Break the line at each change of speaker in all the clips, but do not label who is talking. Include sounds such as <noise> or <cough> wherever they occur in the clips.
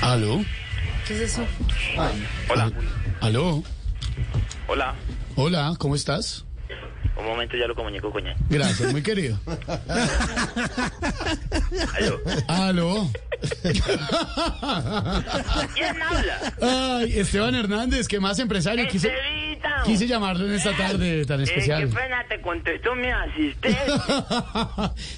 ¿Aló?
¿Qué es eso?
Hola,
¿Aló?
hola.
Hola, ¿cómo estás?
Un momento, ya lo comunico, coña.
Gracias, muy querido.
Aló.
¿Aló?
¿Quién habla?
Ay, Esteban Hernández, que más empresario. <laughs> Quise,
Estevita.
quise llamarlo en esta tarde tan
Eh, qué
especial.
pena, te contestó
<laughs>
mi asistente.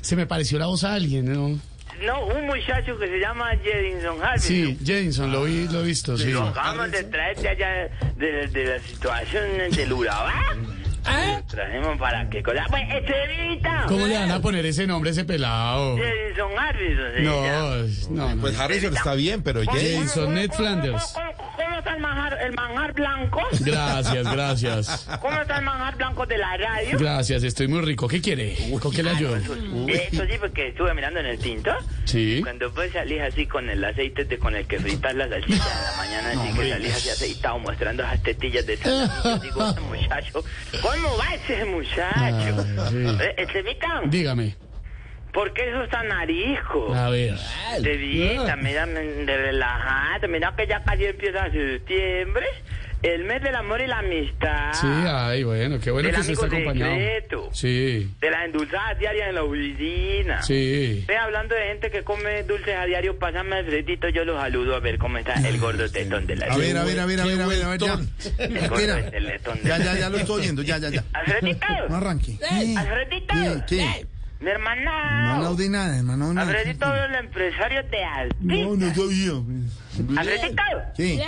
Se me pareció la voz a alguien, ¿no?
No, un muchacho que se llama Jedinson
Sí,
Harvey.
Jenson, lo, vi, lo he visto, sí.
Lo acabamos de traerte allá de, de la situación
<laughs>
del huracán. Lo trajimos para que... cola- Pues, Estevita.
¿Eh? ¿Cómo le van a poner ese nombre a ese pelado?
Jedinson Harrison. se llama.
No, no, no.
Pues Harrison está bien, pero Jay.
Jason Ned Flanders.
¿Cómo, cómo- cómo está el manjar, el manjar blanco?
Gracias, gracias.
¿Cómo está el manjar blanco de la radio?
Gracias, estoy muy rico. ¿Qué quiere? ¿Con qué le ayudo?
Eh, Eso sí, porque estuve mirando en el tinto.
Sí.
Cuando pues salís así con el aceite de, con el que fritas las salchichas en la mañana, así que salís así aceitado mostrando esas tetillas de salami. Yo digo, "Este muchacho, ¿cómo va ese muchacho?
Ah, sí.
Eh, Estevita,
Dígame.
¿por qué eso está narisco?
Ah,
A ver. Ah,
Estevita, mira, me- de relajada, mira que ya casi empieza septiembre, el mes del amor y la amistad.
Sí, ay, bueno, qué bueno
El
que se está
amigo
acompañado.
secreto.
Sí,
De las endulzadas diarias en la oficina.
sí.
Ve, hablando de gente que come dulces a diario, pásame el fredito, yo los saludo a ver cómo está el gordo tetón de la
A ver, a ver, a ver, a ver, a ver, a ver, ya.
El gordo este
Mira,
tetón de
ya,
la-
ya, ya lo estoy oyendo, ya, ya, ya. Eh,
¡Alfredito!
No arranque.
¡Alfredito!
¿Qué? ¿Qué?
¡Mi
No
hermana!
aplaudí nada, hermano. nada.
¡Alfredito, el empresario de
No,
Alpina!
no sabía.
¡Alfredito!
¿Qué?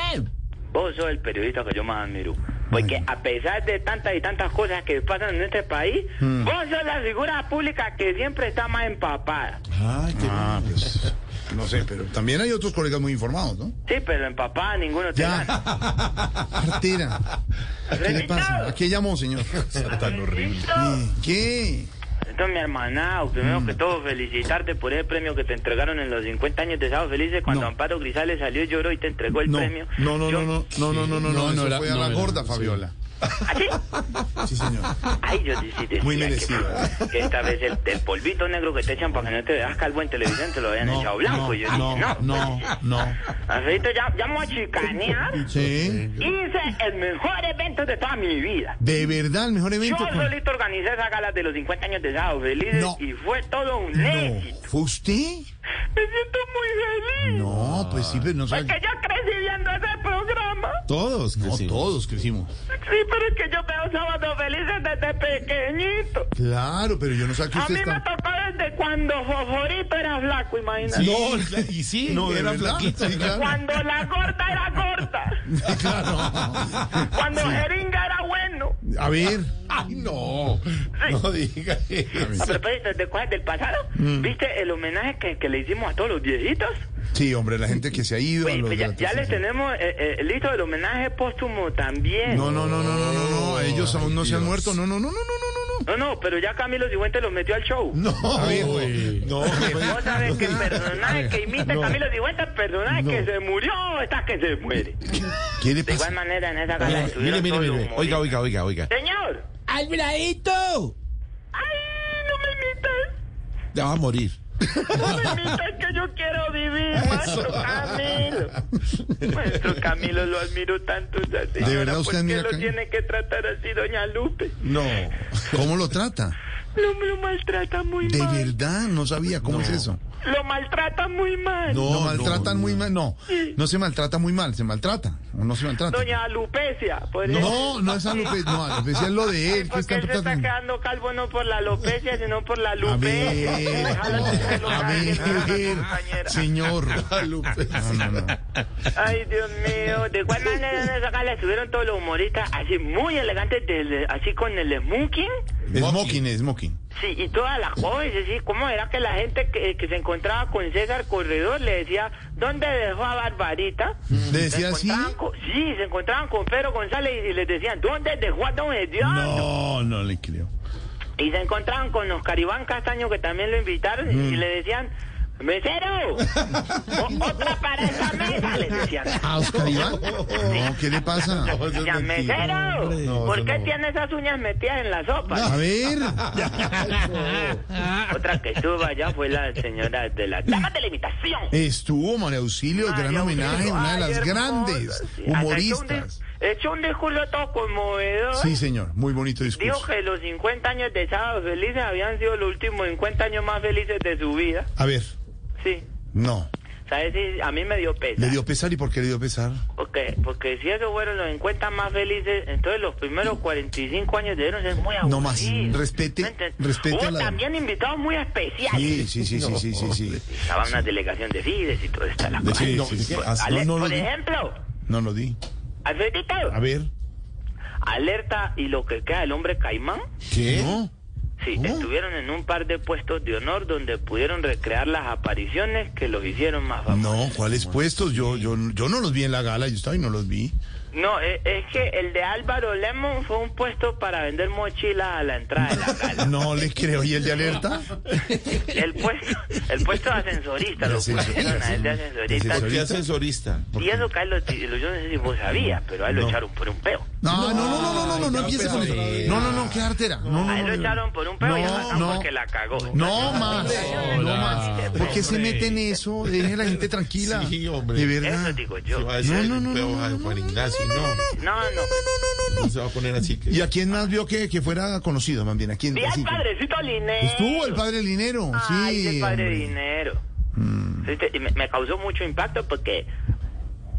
Vos sos el periodista que yo más admiro. Porque a pesar de tantas y tantas cosas que pasan en este país,
Mm.
vos sos la figura pública que siempre está más empapada.
Ay, qué ah, pues, No sé, pero también hay otros colegas muy informados, ¿no?
Sí, pero empapada ninguno te
Ya.
gana.
Artera. ¿Qué le pasa? ¿A qué llamó, señor?
Tan horrible.
¡Alfredito!
¿Qué?
Esto es mi hermanao, primero
Mm.
que todo felicitarte por ese premio que te entregaron en los 50 años de Sábado Felices cuando
No.
Amparo Grisales salió y lloró y te entregó el
No,
premio.
no, no,
Yo-
no, no, no, no, no, no,
No,
no,
no
eso
era-
fue a
no
la
era-
gorda,
sí.
Fabiola.
¿Ah, sí?
Sí, señor.
Ay, yo sí, sí decía
Muy
que-
merecida.
<laughs> Que, esta vez el, el polvito negro que te echan para que no te veas calvo en televisión te lo habían echado blanco. y yo dije,
no,
no,
no, no.
Alfredito, ya, ya me voy a chicanear.
<laughs> Sí.
Hice el mejor evento de toda mi vida.
De verdad, el mejor
Yo
evento. con-
solito organicé esa gala de los 50 años de Sábado Felices
No.
y fue todo un éxito.
No. ¿Fue usted?
Me siento muy feliz.
No, pues sí, pero no sabe.
Porque yo crecí viendo ese programa.
Todos No, todos crecimos.
Sí, pero es que yo veo Sábado Felices desde pequeñito.
Claro, pero yo no sabía que
A
usted
mí me
está.
tocó desde cuando Joforito era flaco, imagínate.
No, y sí, no, era flaquito. Sí, claro.
Cuando la gorda era
<laughs>
gorda.
claro.
Cuando Jeringa era bueno.
A ver. Ay, no. No diga
A
eso.
propósito de cosas del pasado,
Mm.
¿viste el homenaje que, que le hicimos a todos los viejitos?
Sí, hombre, la gente que se ha ido.
Pues,
los
pues ya, ya
gatos,
les
sí.
tenemos eh, eh, listo el homenaje póstumo también.
No, no, no, no, no, no, no. Ellos aún no se han muerto. No, no, no, no, no,
No, no, pero ya Camilo Sigüente los metió al show.
no, no. No, A ver,
Uy.
no.
Vos sabés que el
<laughs>
personaje que imita a Camilo Sigüenza, el personaje que se murió, está que se muere.
¿Qué le
De igual
pasa?
manera, en esa gala
Mire, mire,
estuvieron
mire,
todos
mire.
los
Oiga, oiga,
humoristas.
oiga, oiga.
Señor,
¡Albradito!
ay, no me imites,
Te vas a morir.
no me imites que yo quiero vivir, maestro Camilo. Maestro Camilo lo admiro tanto. esa señora,
verdad usted
¿por qué
admira a
lo
Camilo?
tiene que tratar así, doña Lupe?
No. ¿Cómo lo trata?
Lo, lo maltrata muy
De
mal.
verdad, no sabía cómo es eso.
Lo maltrata muy mal.
No, maltratan muy mal. No, no se maltrata muy mal, se maltrata. O no se maltrata.
Doña Lupecia, por
No, no es alopecia, no, alopecia es lo de él, que
Porque
está
él se está
tratando.
quedando calvo no por la alopecia, sino por la
A
lupe. <laughs>
ver, a ver, <laughs> señor. No, no, no.
Ay, Dios mío. De igual manera en esa gala estuvieron todos los humoristas así muy elegantes, del- así con el smoking.
Smoking, smoking.
Sí, y todas las jóvenes, sí, ¿cómo era que la gente que, que se encontraba con César Corredor le decía, ¿dónde dejó a Barbarita?
¿Le Mm.
Se
decía así?
encontraban con- sí, se encontraban con Pedro González y, y les decían, ¿dónde dejó a Don Ediondo?
No, no le creo. Mm.
Y se encontraban con Oscar Iván Castaño, que también lo invitaron, y le decían,
<laughs>
¡Mesero! o- ¡Otra para esa mesa! Les decían.
¿A Ah, Oscar Iván? <laughs> No, ¿qué le pasa?
Decían, ¡Mesero!
No,
¿Por
eso
qué
no.
tiene esas uñas metidas en la sopa?
A ver.
Otra que estuvo allá fue la señora de la dama de la imitación.
Estuvo María Auxilio, gran
Ay,
homenaje,
Auxilio,
una de
ay,
las
hermosa.
grandes
Sí, hasta
humoristas.
He hecho un discurso todo conmovedor.
Sí, señor, muy bonito
Dijo
discurso.
que los 50 años de Sábado Felices habían sido los últimos 50 años más felices de su vida.
A ver,
Sí.
no.
¿Sabes? Sí, A mí me dio pena.
¿Le dio pesar y por qué le dio pesar?
Porque, porque si esos fueron los 50 más felices, entonces los primeros 45 años debieron ser muy aburridos.
No más, respete-
¿Me entiendes?
respete
Hubo
a la-
también invitados muy especiales.
Sí, sí, sí, sí, sí, sí, <laughs> sí.
Estaba una delegación de Fides y todo esta la
De-
cosa.
sí,
No,
sí,
es
sí.
que hasta
Ale-
no lo
por
di-
ejemplo,
No lo di.
Alfredito,
A ver.
alerta y lo que queda del hombre caimán.
¿Qué?
No.
Sí,
¿Cómo?
estuvieron en un par de puestos de honor donde pudieron recrear las apariciones que los hicieron más famosos.
No, ¿cuáles puestos? Yo, yo, yo no los vi en la gala, yo estaba y no los vi.
No, e- es, que el de Álvaro Lemon fue un puesto para vender mochilas a la entrada de la gala.
No le creo. ¿Y el de alerta?
El puesto, el puesto de ascensorista, lo
Ascensor-
pusieron a él de ascensorista.
¿Por qué ascensorista?
Y eso, Carlos, ti- lo- yo no sé si vos sabías, pero a él lo
No.
echaron por un peo.
No, no, no, no, no, no, no, no empiece con eso. No, no, no, qué artera. No,
A
no,
él lo
no.
echaron por un peo y
No,
además
no.
porque la cagó.
No más, no
Hola,
más. ¿Por qué se
hombre.
meten eso? Dejen a la gente tranquila.
Sí, hombre.
De
Eso
verdad.
digo yo. No,
no, no,
no, no, no, no,
Juan Ignacio, no.
no.
No se va a poner así que...
¿Y a quién más vio que, que fuera conocido, más bien? ¿A quién?
Vi al
Así que-
padrecito Liné.
Estuvo el padre Linero.
Ay,
Sí.
ese padre
hombre. Mm.
dinero. ¿Viste? Y me, me causó mucho impacto porque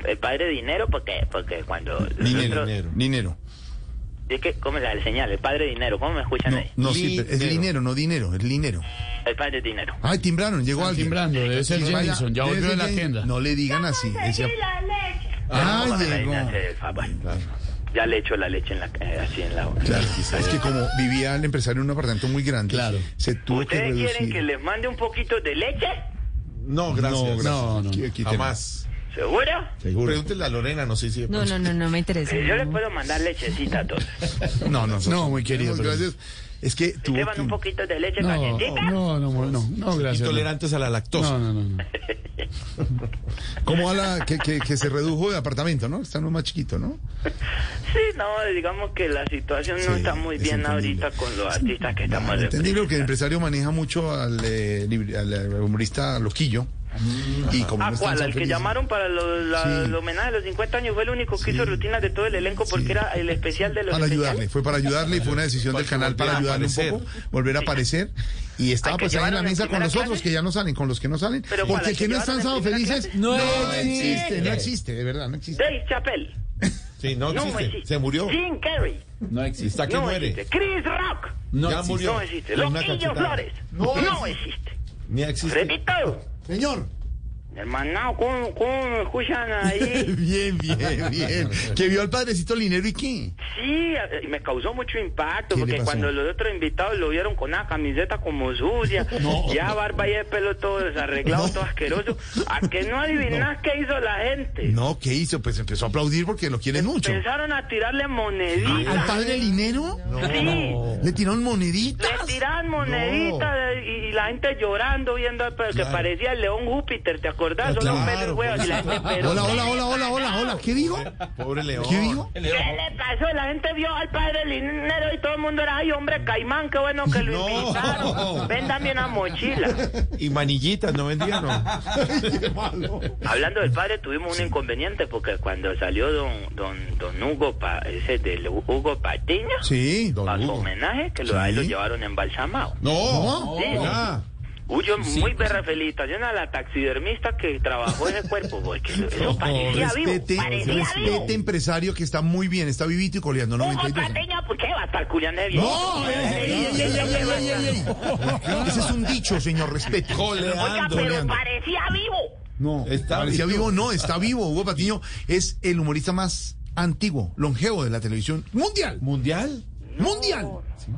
el padre dinero, porque porque cuando
Linero.
nosotros-
Dinero.
Linero.
es que cómo se señal, el padre dinero, ¿cómo me escuchan
No,
ahí?
no, sí, pero es
Linero.
dinero, no dinero, es dinero.
El padre dinero.
Ay, timbraron, llegó alguien.
Timbrando, debe ser
Vaya,
Jennison, ya
debe
volvió de
ser
la
Jen-
tienda.
No le digan así. ese- Ah,
Vamos a la
llegó.
harina, hacer el favor. Ya le echo la leche en la, eh, así en la boca.
Claro, es que como vivía el empresario en un apartamento muy grande,
Claro.
se tuvo que
¿Ustedes quieren
reducir.
que les mande un poquito de leche?
No, gracias.
No, gracias.
No, no.
Aquí- aquí tenemos.
Jamás.
¿Seguro? Eh,
Seguro. Pregúntele a Lorena, no sé si...
No, no, no, no me interesa.
Yo les puedo mandar lechecita a todos.
No, no,
No, muy querido,
tenemos,
pero-
Gracias. Es que tuvo
Esteban,
que-
un poquito de leche
No,
calientita.
no, no, no, no, no, gracias. No,
Intolerantes a la lactosa.
no, no. no.
¿Cómo a la que, que, que se redujo de apartamento, no? Está uno más chiquito, ¿no?
Sí, no, digamos que la situación no
Sí,
está muy
es
bien
entendible.
ahorita con los artistas que estamos
Ah, Entendible que
representando.
el empresario maneja mucho al, eh, libre- al, eh, humorista Loquillo.
Mm.
Y como
¿A
no están
cuál?
tan
Al que
felices-
llamaron para lo- la-
Sí.
el homenaje de los 50 años fue el único que hizo rutinas de todo el elenco porque era el especial de los
Para
especiales.
ayudarle, fue para ayudarle y fue una decisión
Para
del canal
volver
para
a
ayudarle un
aparecer.
poco, volver a aparecer. Y estaba
Al que
pues ahí en la
llevaron en
mesa con
primera
los otros
clase.
que ya no salen, con los que no salen.
Pero para
Porque el
el
que
que
no están sábado
llevaron en primera
felices
clase.
no existe, no existe, de verdad, no existe.
Dave Chappelle.
Sí, no
No
existe.
existe.
Se murió.
Jim Carrey.
No existe. Está que
No existe.
muere.
Chris Rock.
No ya
existe.
murió.
No existe.
De una
Loquillo
cachetada.
Flores. No, existe.
Ni existe.
Repito.
Señor.
Hermano, ¿cómo, ¿cómo me escuchan
<laughs>
ahí?
<laughs> Bien, bien, bien. Que vio al padrecito Linero y qué.
Sí, eh, me causó mucho impacto
¿Qué le
porque
pasó?
cuando los otros invitados lo vieron con una camiseta como sucia, ya barba y el pelo todo desarreglado, todo asqueroso, a que no adivinás qué hizo la gente.
No, ¿qué hizo? Pues empezó a aplaudir porque lo quieren mucho.
Empezaron a tirarle
¿Al
moneditas.
padre Linero?
Sí.
¿Le tiraron moneditas?
Le tiraban moneditas de- y, y la gente llorando viendo al- que parecía el león Júpiter, ¿te acordás? Son los
claro,
pelos huevos y la gente, pero
Ah, Hola,
¿qué
hola,
le
hola, hola, hola, hola. ¿Qué dijo?
Pobre León.
¿Qué dijo?
¿Qué le pasó? La gente vio al padre Linero y todo el mundo era, ay, hombre, Caimán, qué bueno que lo
No.
invitaron. Véndame una
<laughs>
mochila.
Y manillitas, ¿no vendían? No.
Hablando del padre, tuvimos un inconveniente porque cuando salió don don, don Hugo, Pa- ese del Hugo Patiño,
Sí, don
para su
Hugo.
homenaje, que lo,
Sí.
a él lo llevaron embalsamado.
No.
Sí.
Ah,
Uy, yo muy
pues.
berra felicitación a la taxidermista que trabajó ese cuerpo, porque eso, eso parecía
Respete,
vivo, parecía vivo.
respete empresario que está muy bien, está vivito y coleando
Hugo
92. años.
Patiño, ¿por pues, qué va a estar culiando de viejo?
¡No! eh, ey, ey, ey, ey, ey, ey, ey. Ese es un dicho, señor, respete.
Oiga,
coleando.
pero
<laughs> Coleando.
parecía vivo.
No,
Está
parecía
vivo.
vivo, no, está vivo. Hugo Patiño es el humorista más antiguo, longevo de la televisión mundial.
¿Mundial?
Mundial.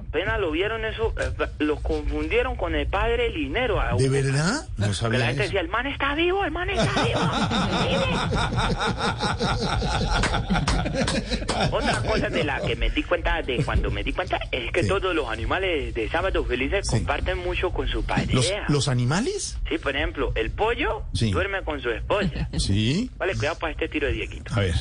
Apenas lo vieron eso, eh, lo confundieron con el padre Linero. a
¿De
uno.
verdad?
No
Que la
sabía
gente
eso.
decía, el man está vivo, el man está
<laughs>
vivo. Mire. Otra cosa de la que me di cuenta de cuando me di cuenta es que
Sí.
todos los animales de Sábado Felices comparten mucho con su pareja.
¿Los, los animales?
Sí, por ejemplo, el pollo
Sí.
duerme con su
<laughs>
esposa.
Sí.
Vale, cuidado para este tiro de
<laughs>
Dieguito. <laughs>
A ver.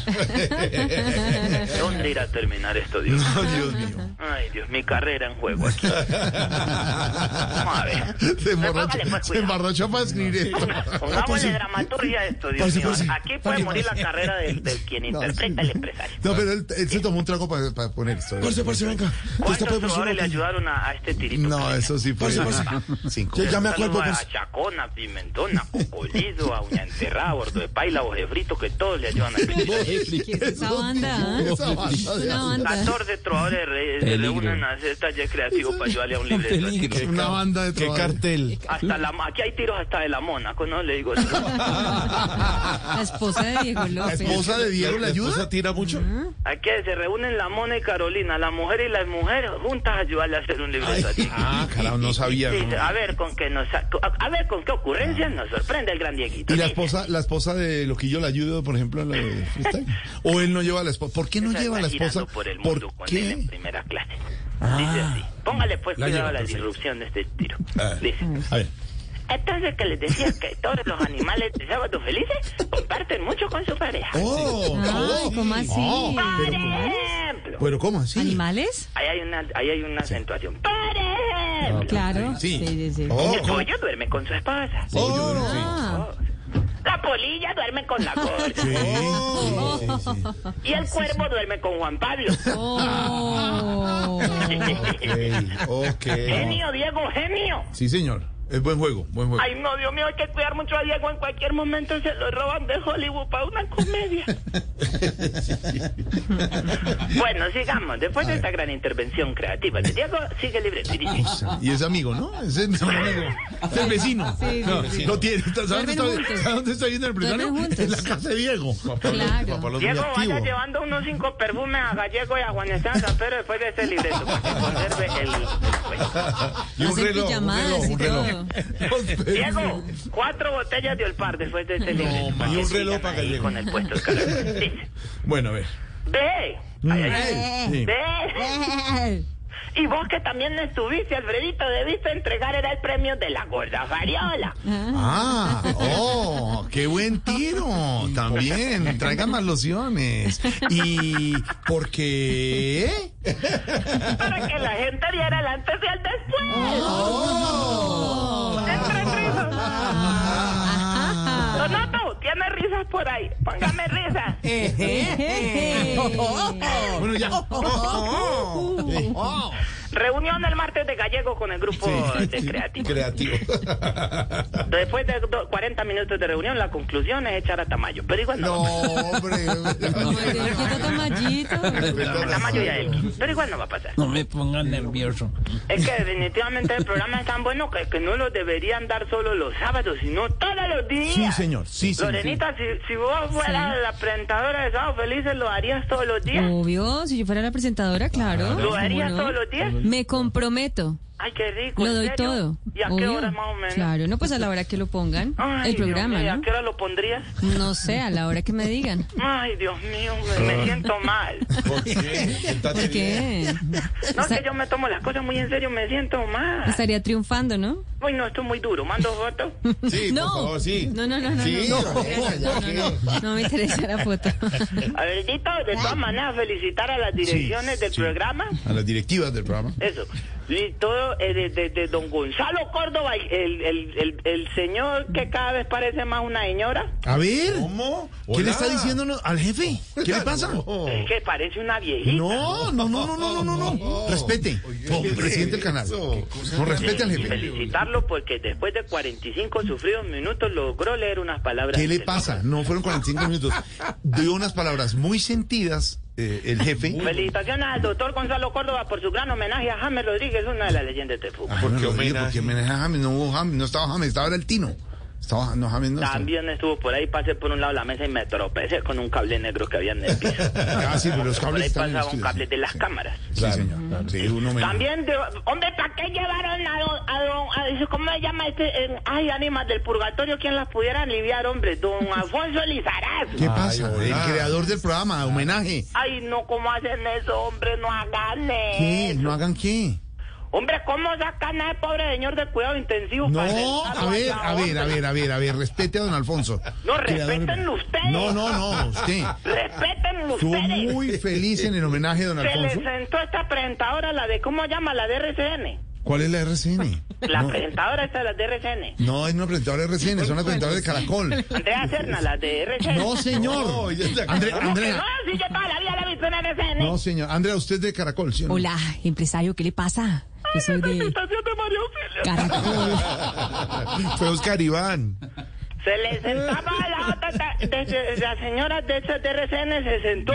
¿Dónde irá a terminar esto, Dios?
No, Dios mío.
Ay, Dios, mi carrera en juego
<laughs>
aquí. Vamos a ver.
Se emborrachó,
Póngale, pues,
se emborrachó para escribir esto.
Pongámosle dramaturgia a esto, Dios
Pause,
mío.
pause.
Aquí puede
Pause,
morir la
pause.
carrera del,
<laughs>
del quien
No,
interpreta el
sí.
empresario.
No, pero él, él se tomó un trago para, para poner esto.
Parce, parce, venga. Esta
¿Cuántos
puede por
jugadores le ayudaron a, a este tirito?
No, eso sí fue.
Parce,
<laughs>
parce.
Cinco.
Ya- ya me acuerdo,
Saludos a
parce.
Chacona, a Pimentón, a Cocolizo, a Uña Enterrada, a Bordo de Paila, a Bojefrito, que todos le
<laughs>
ayudan al tirito.
¿Qué es esa <laughs> banda? ¿eh?
Esa banda de-
Una banda.
14 trovadores re- se
Peligro.
reúnen a hacer taller creativo para ayudarle a un
Un
libreto.
peligro.
Una banda de
¿Qué
trovadores.
cartel?
Hasta la, ma- aquí hay tiros hasta de la Mónaco, ¿no? Le
<laughs>
digo.
La esposa de Diego
¿La
López.
esposa de Diego le ayuda?
esposa tira mucho?
Aquí se reúnen la Mona y Carolina, la mujer y las mujeres juntas a ayudarle a hacer un libreto.
<laughs>
Así que-
Ah, carajo, no sabía.
Sí,
¿no?
a ver con qué nos a, a ver con qué ocurrencias nos sorprende el gran Dieguito.
Ah. ¿Y la
Sí.
esposa, la esposa de Loquillo la ayuda, por ejemplo, en lo de freestyle? ¿O él no lleva a la esposa? ¿Por qué no
Esa
lleva a la
está girando
esposa?
por el mundo
¿Por
con él en
qué? Ah.
primera clase. Dice así. Póngale pues
La
cuidado
lleva,
a la
perfecto.
disrupción de este tiro. Dice.
Ah. A ver.
Entonces que les decía que todos
<laughs>
los animales de sábado felices comparten mucho con su pareja.
¡Oh!
Ay,
oh,
¿cómo así?
oh,
Por
pero-
ejemplo.
¿Pero cómo así?
¿Animales?
Ahí hay una, ahí hay una acentuación. Por
Ah,
ejemplo.
Claro.
Sí.
sí, sí.
Oh,
El pollo duerme con su esposa.
Ah,
La polilla duerme con la gorda.
oh, sí, sí, sí.
Y el cuervo duerme con Juan
<laughs>
Pablo.
oh.
Ok,
<laughs>
ok.
Genio, Diego, genio.
Sí, señor. Es buen juego, buen juego.
Ay, no, Dios mío, hay que cuidar mucho a Diego. En cualquier momento se lo roban de Hollywood para una comedia.
<laughs>
bueno, sigamos. Después de esta gran intervención creativa de Diego, sigue libre.
Y es amigo, ¿no? Ese Es mi amigo. Es el vecino.
Sí, sí,
No,
sí.
no tiene. ¿Sabes dónde
Duermen
está,
juntos.
¿sabe dónde está viendo el primero?
Duermen juntos.
En la casa de Diego.
Claro.
los
Diego, vaya
muy activo.
llevando unos cinco perfumes a Gallego y a Juan Esteban San Pedro después de este libreto. Para que conserve el- el cuello.
<laughs> Y un
Hacen
reloj, un
pijamadas
reloj,
y
un reloj.
todo.
Diego, cuatro botellas de Olpar después de este libreto.
ma,
para
y
que
un reloj
sigan
para
ahí
Gallego.
Con el puesto de carácter.
<laughs>
Dice,
Bueno, a ver.
Ve.
Mm.
Ay, ay, ay.
Sí.
Ve. Y vos que también estuviste, Alfredito, debiste entregar era el premio de la gorda variola.
Ah, oh, qué buen tiro. También, traigan más lociones. ¿Y por qué?
Para que la gente viera el antes y el después.
Oh.
Entre risas.
Ah.
Donato, tiene risas por ahí. Póngame risas.
Eh, Bueno, ya. Oh.
Reunión el martes de gallego con el grupo de creativos.
Creativo.
Después de do- 40 minutos de reunión, la conclusión es echar a Tamayo. Pero igual no.
No,
<laughs>
hombre.
Oye, qué tamayito.
A Tamayo y a Elkin. Pero igual no va a pasar.
No me pongan nervioso.
Es que definitivamente el programa es tan bueno que, que no lo deberían dar solo los sábados, sino todos los días.
Sí, señor. Sí, sí.
Lorenita, si, si vos fueras la presentadora de Sábado Felices, ¿lo harías todos los días?
Obvio, si yo fuera la presentadora, claro.
¿Lo
¿cómo
harías
no?
todos los días?
Me comprometo.
Ay, qué rico.
Lo
¿en
doy
serio?
todo.
¿Y a qué
obvio.
hora más o menos?
Claro, no pues a la hora que lo pongan.
Ay,
el
Dios
programa,
mío, ¿y
¿no?
a qué hora lo pondrías?
No sé, a la hora que me digan.
Ay, Dios mío, me, me siento
<laughs>
mal.
¿Por qué? Sentate bien.
¿Por qué?
No, es
Esta-
que yo me tomo las cosas muy en serio, me siento mal.
Estaría triunfando, ¿no?
Uy, no, esto es muy duro. Mando fotos.
Sí,
<laughs> no.
por favor, sí.
No, no, no, no.
Sí,
no,
no,
no, no, no, no me interesa la foto.
Albertito, de todas maneras, felicitar a las direcciones del programa.
A las directivas del programa.
Eso. Y todo eh, de, de- de don Gonzalo Córdoba, el, el, el, el señor que cada vez parece más una señora,
A ver.
¿Cómo?
¿Qué
Hola.
le está diciéndonos al jefe? ¿Qué le pasa? No,
es que parece una viejita.
no, no, no, no, no, no. no. Respete. Hombre, presidente del canal. No, respete al
Y
jefe.
felicitarlo porque después de 45 sufridos minutos logró leer unas palabras.
¿Qué le
del-
pasa? No fueron 45 minutos. Dio unas palabras muy sentidas eh, el jefe.
Felicitaciones al doctor Gonzalo Córdoba por su gran homenaje a James Rodríguez, una de las leyendas de fútbol.
Porque
qué
homenaje? Ah,
homenaje?
Porque homenaje a James, no hubo James, no estaba James, estaba era el Tino. Está bajando, James no está.
También estuvo por ahí, pasé por un lado de la mesa y me tropecé con un cable negro que había en
<laughs>
el piso.
Ah, sí, pero los
Por
cables
ahí
están en
pasaba un
el estudio,
cable
sí.
de las cámaras.
Sí, señor. Sí, uno menos.
También, de- hombre, ¿para qué llevaron a don, a don- a ese- ¿cómo se llama este? Eh, ay, ánimas del purgatorio, ¿quién las pudiera aliviar, hombre?
<laughs>
Don Alfonso Lizarazo.
¿Qué pasa?
El creador del programa, homenaje.
Ay, no, ¿cómo hacen eso, hombre? No hagan
¿Qué?
eso.
¿No hagan qué?
Hombre, ¿cómo sacan a ese pobre señor de cuidado intensivo? para
No,
sentarlo
a ver,
allá,
a ver, a
hombre?
ver, a ver, a ver, respete a don Alfonso.
No,
Creador-
respétenlo ustedes.
No, no, no, usted.
Respétenlo
Estuvo
ustedes.
muy feliz en el homenaje a don
Se le
Alfonso.
sentó esta presentadora, la de, ¿cómo llama? La de RCN.
¿Cuál es la RCN?
La
No,
presentadora esta de la de RCN.
no, es una presentadora de RCN, son las presentadoras de Caracol.
Andrea Serna, la de RCN.
No,
No,
señor.
ya está-
André-
¿Cómo que
Andrea.
no? Si yo toda la vida la he visto en RCN.
No, señor. Andrea, usted es de Caracol, ¿sí o no?
Hola, empresario, ¿qué le pasa? Yo soy de
Presentación de María Auxilio.
<laughs>
Caracol.
Fue Oscar Iván.
Se le sentaba a la otra, ta- de, de- la señora de esas de RCN se sentó.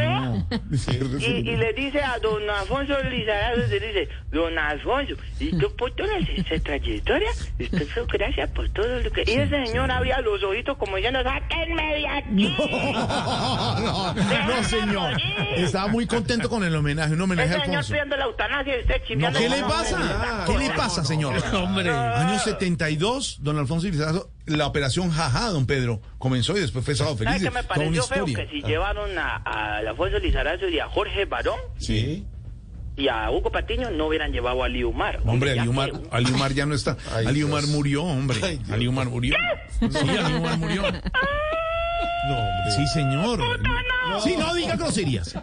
Y, y le dice a don Alfonso Lizarazo, le dice, don Alfonso, y tú por toda esa trayectoria, usted fue gracias por todo lo que... Y ese señor abría los ojitos como diciendo, sáquenme de aquí.
<laughs> No, no, no, señor. Estaba muy contento con el homenaje, un homenaje
Ese
a
señor
Alfonso.
pidiendo la eutanasia y usted
No,
chimbeando.
¿Qué le
como
pasa?
hombre.
¿Qué le pasa, señor? Hombre. Año 72, don Alfonso Lizarazo, la operación Jaja, don Pedro, comenzó y después fue Sábado
¿Sabes
Feliz.
qué me
toda una
pareció feo?
historia.
Que si llevaron a, a Alfonso Lizarazo y a Jorge Barón
Sí.
y a Hugo Patiño, no hubieran llevado a Liumar.
Ah. Hombre,
Ya
Aliumar,
que-
Aliumar ya
<laughs>
no está.
Ay,
Aliumar
Dios.
murió, hombre.
Ay, Dios.
Aliumar murió. Sí,
<laughs>
Aliumar murió.
No, hombre.
Sí, señor.
no!
Sí, no diga groserías.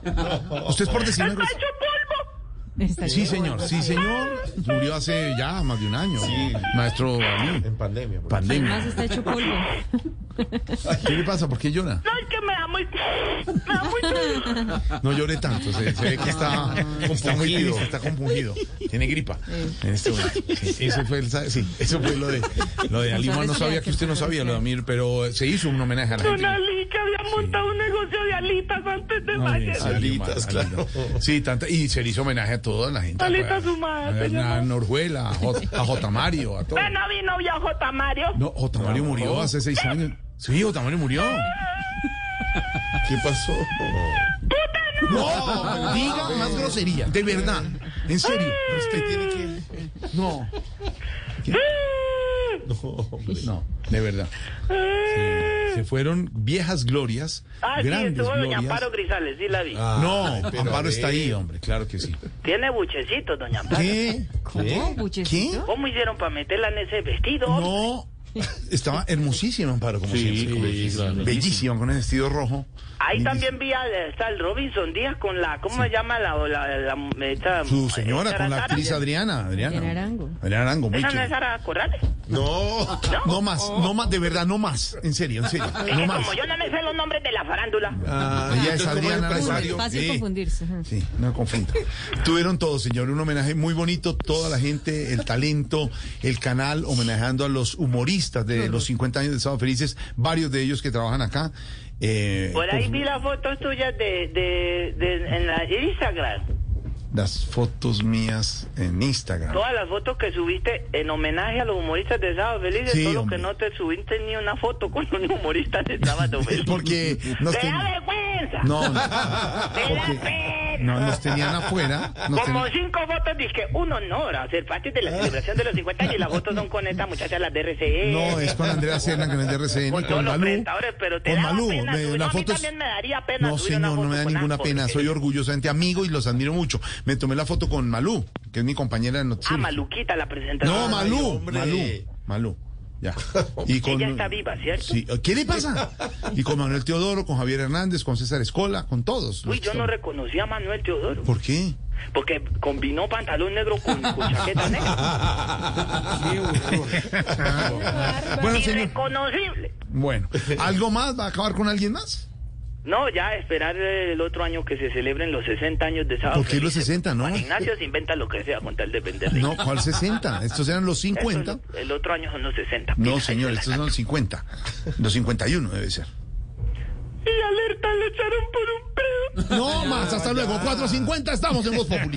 Usted es por decir una
¡Está
grosería.
hecho polvo!
Está
Sí,
bien.
señor. Sí, señor. Murió hace ya más de un año. Maestro Ali.
En pandemia. por
¿Quién
Pandemia.
más está hecho polvo?
¿Qué le pasa? ¿Por qué llora?
No, es que me da muy... Me da muy duro.
No llore tanto. Se, se ve que está, está muy triste, está compungido. Tiene gripa. En este momento. Sí, eso fue, el, sa- sí, eso fue lo de, lo de Alimar. No sabía que usted no sabía lo de Amir, pero se hizo un homenaje a la
Don
gente.
Ali, que había montado un negocio de alitas antes de
Ay,
mañana.
Alitas, claro. Sí, tanta, y se le hizo homenaje a toda la gente.
Alitas
a,
humadas,
a,
se
a
llamaba.
Norjuela, a J, a J. Mario, a todos.
Pero no vi novia J. Mario.
No, J. Mario murió hace seis años. Sí, J. Mario murió.
¿Qué pasó?
No, diga más grosería. De verdad. En serio.
Usted tiene que.
No. No, de verdad. Se, se fueron viejas glorias,
Ah, sí,
grandes
estuvo Doña
glorias. Ah,
Amparo Grisales, sí la vi.
No,
Ay, pero
Amparo
a
está
ver.
ahí, hombre, claro que sí.
Tiene buchecito, Doña Amparo.
¿Qué?
¿Cómo?
<laughs>
¿Buchecito?
¿Cómo hicieron para meterla en ese vestido?
No. Estaba hermosísima Amparo, como siempre. como- Bellísima, con ese vestido rojo.
Ahí
Lindísima.
también vi a está el Robinson Díaz con la, ¿cómo se llama la, la, la, la- eh, esta-
Su señora,
Sara
con la
Sara?
actriz Adriana. Adriana
Adriana Arango.
Adriana Arango, muy
Esa no es
chévere.
Sara Corrales.
No.
No más, no más, de verdad, no más. En serio, en serio.
Es
No
que
más.
como yo no me sé los nombres de la farándula.
Ah, ella es
Entonces, ¿cómo
Adriana
es
Arango.
empresario?
Fácil
Sí.
confundirse. ajá.
Sí,
<laughs>
no confunda. Tuvieron todo, señor. Un homenaje muy bonito. Toda la gente, el talento, el canal, homenajeando a los humoristas de los 50 años de Sábado Felices. Varios de ellos que trabajan acá. Eh,
Por ahí
pues,
vi las fotos tuyas de, de, de- en la Instagram.
Las fotos mías en Instagram.
Todas las fotos que subiste en homenaje a los humoristas de Sábado Feliz,
Sí,
solo
hombre.
que no te subiste ni una foto con un humorista de
<laughs>
Sábado Feliz.
Porque nos
¡Te da
ten-
vergüenza! <laughs>
No, no,
¡Te da pena!
no, nos tenían afuera. nos
Como
tenían-
cinco fotos, dije, un honor a ser parte de la
Ah.
celebración de los 50 años. Y las fotos son con esta muchacha, las de E. RCE.
No, eh, es con Andrea Serna, que no es de RCN,
con,
con,
todos los
Malú.
presentadores, pero te
con
daba
Malú,
pena
me-
subir.
la
No, a mí
foto es-
también me daría pena
No,
subir una
señor, no
foto
me da
con
ninguna
Asco,
pena.
porque-
Soy orgullosamente amigo y los admiro mucho. Me tomé la foto con Malú, que es mi compañera de
Ah,
noticias.
Maluquita, la presentadora.
No, Malú,
hombre.
Malú, Malú.
<laughs>
Ya. Y
Ella está viva, ¿cierto?
Sí. ¿Qué
<laughs>
le pasa? Y con Manuel Teodoro, con Javier Hernández, con César Escola, con todos.
Uy, yo no reconocí a Manuel Teodoro.
¿Por qué?
Porque combinó pantalón negro con,
<laughs>
con chaqueta negra.
Ah. bueno, señor.
Irreconocible.
<laughs> Bueno, ¿algo más? ¿Va a acabar con alguien más?
No, ya esperar eh, el otro año que se celebren los 60 años de sábado.
¿Por qué los
Feliz.
60, no?
Juan Ignacio se inventa lo que sea con tal de vender.
No, ¿cuál 60? Estos eran los 50.
Eso, el otro año son los 60.
No,
Mira,
señor,
ahí se
estos
la
son los 50. Los 51 debe ser.
saca. Y alerta le echaron por un pedo.
No más, hasta luego. 4.50 estamos en Voz Populi.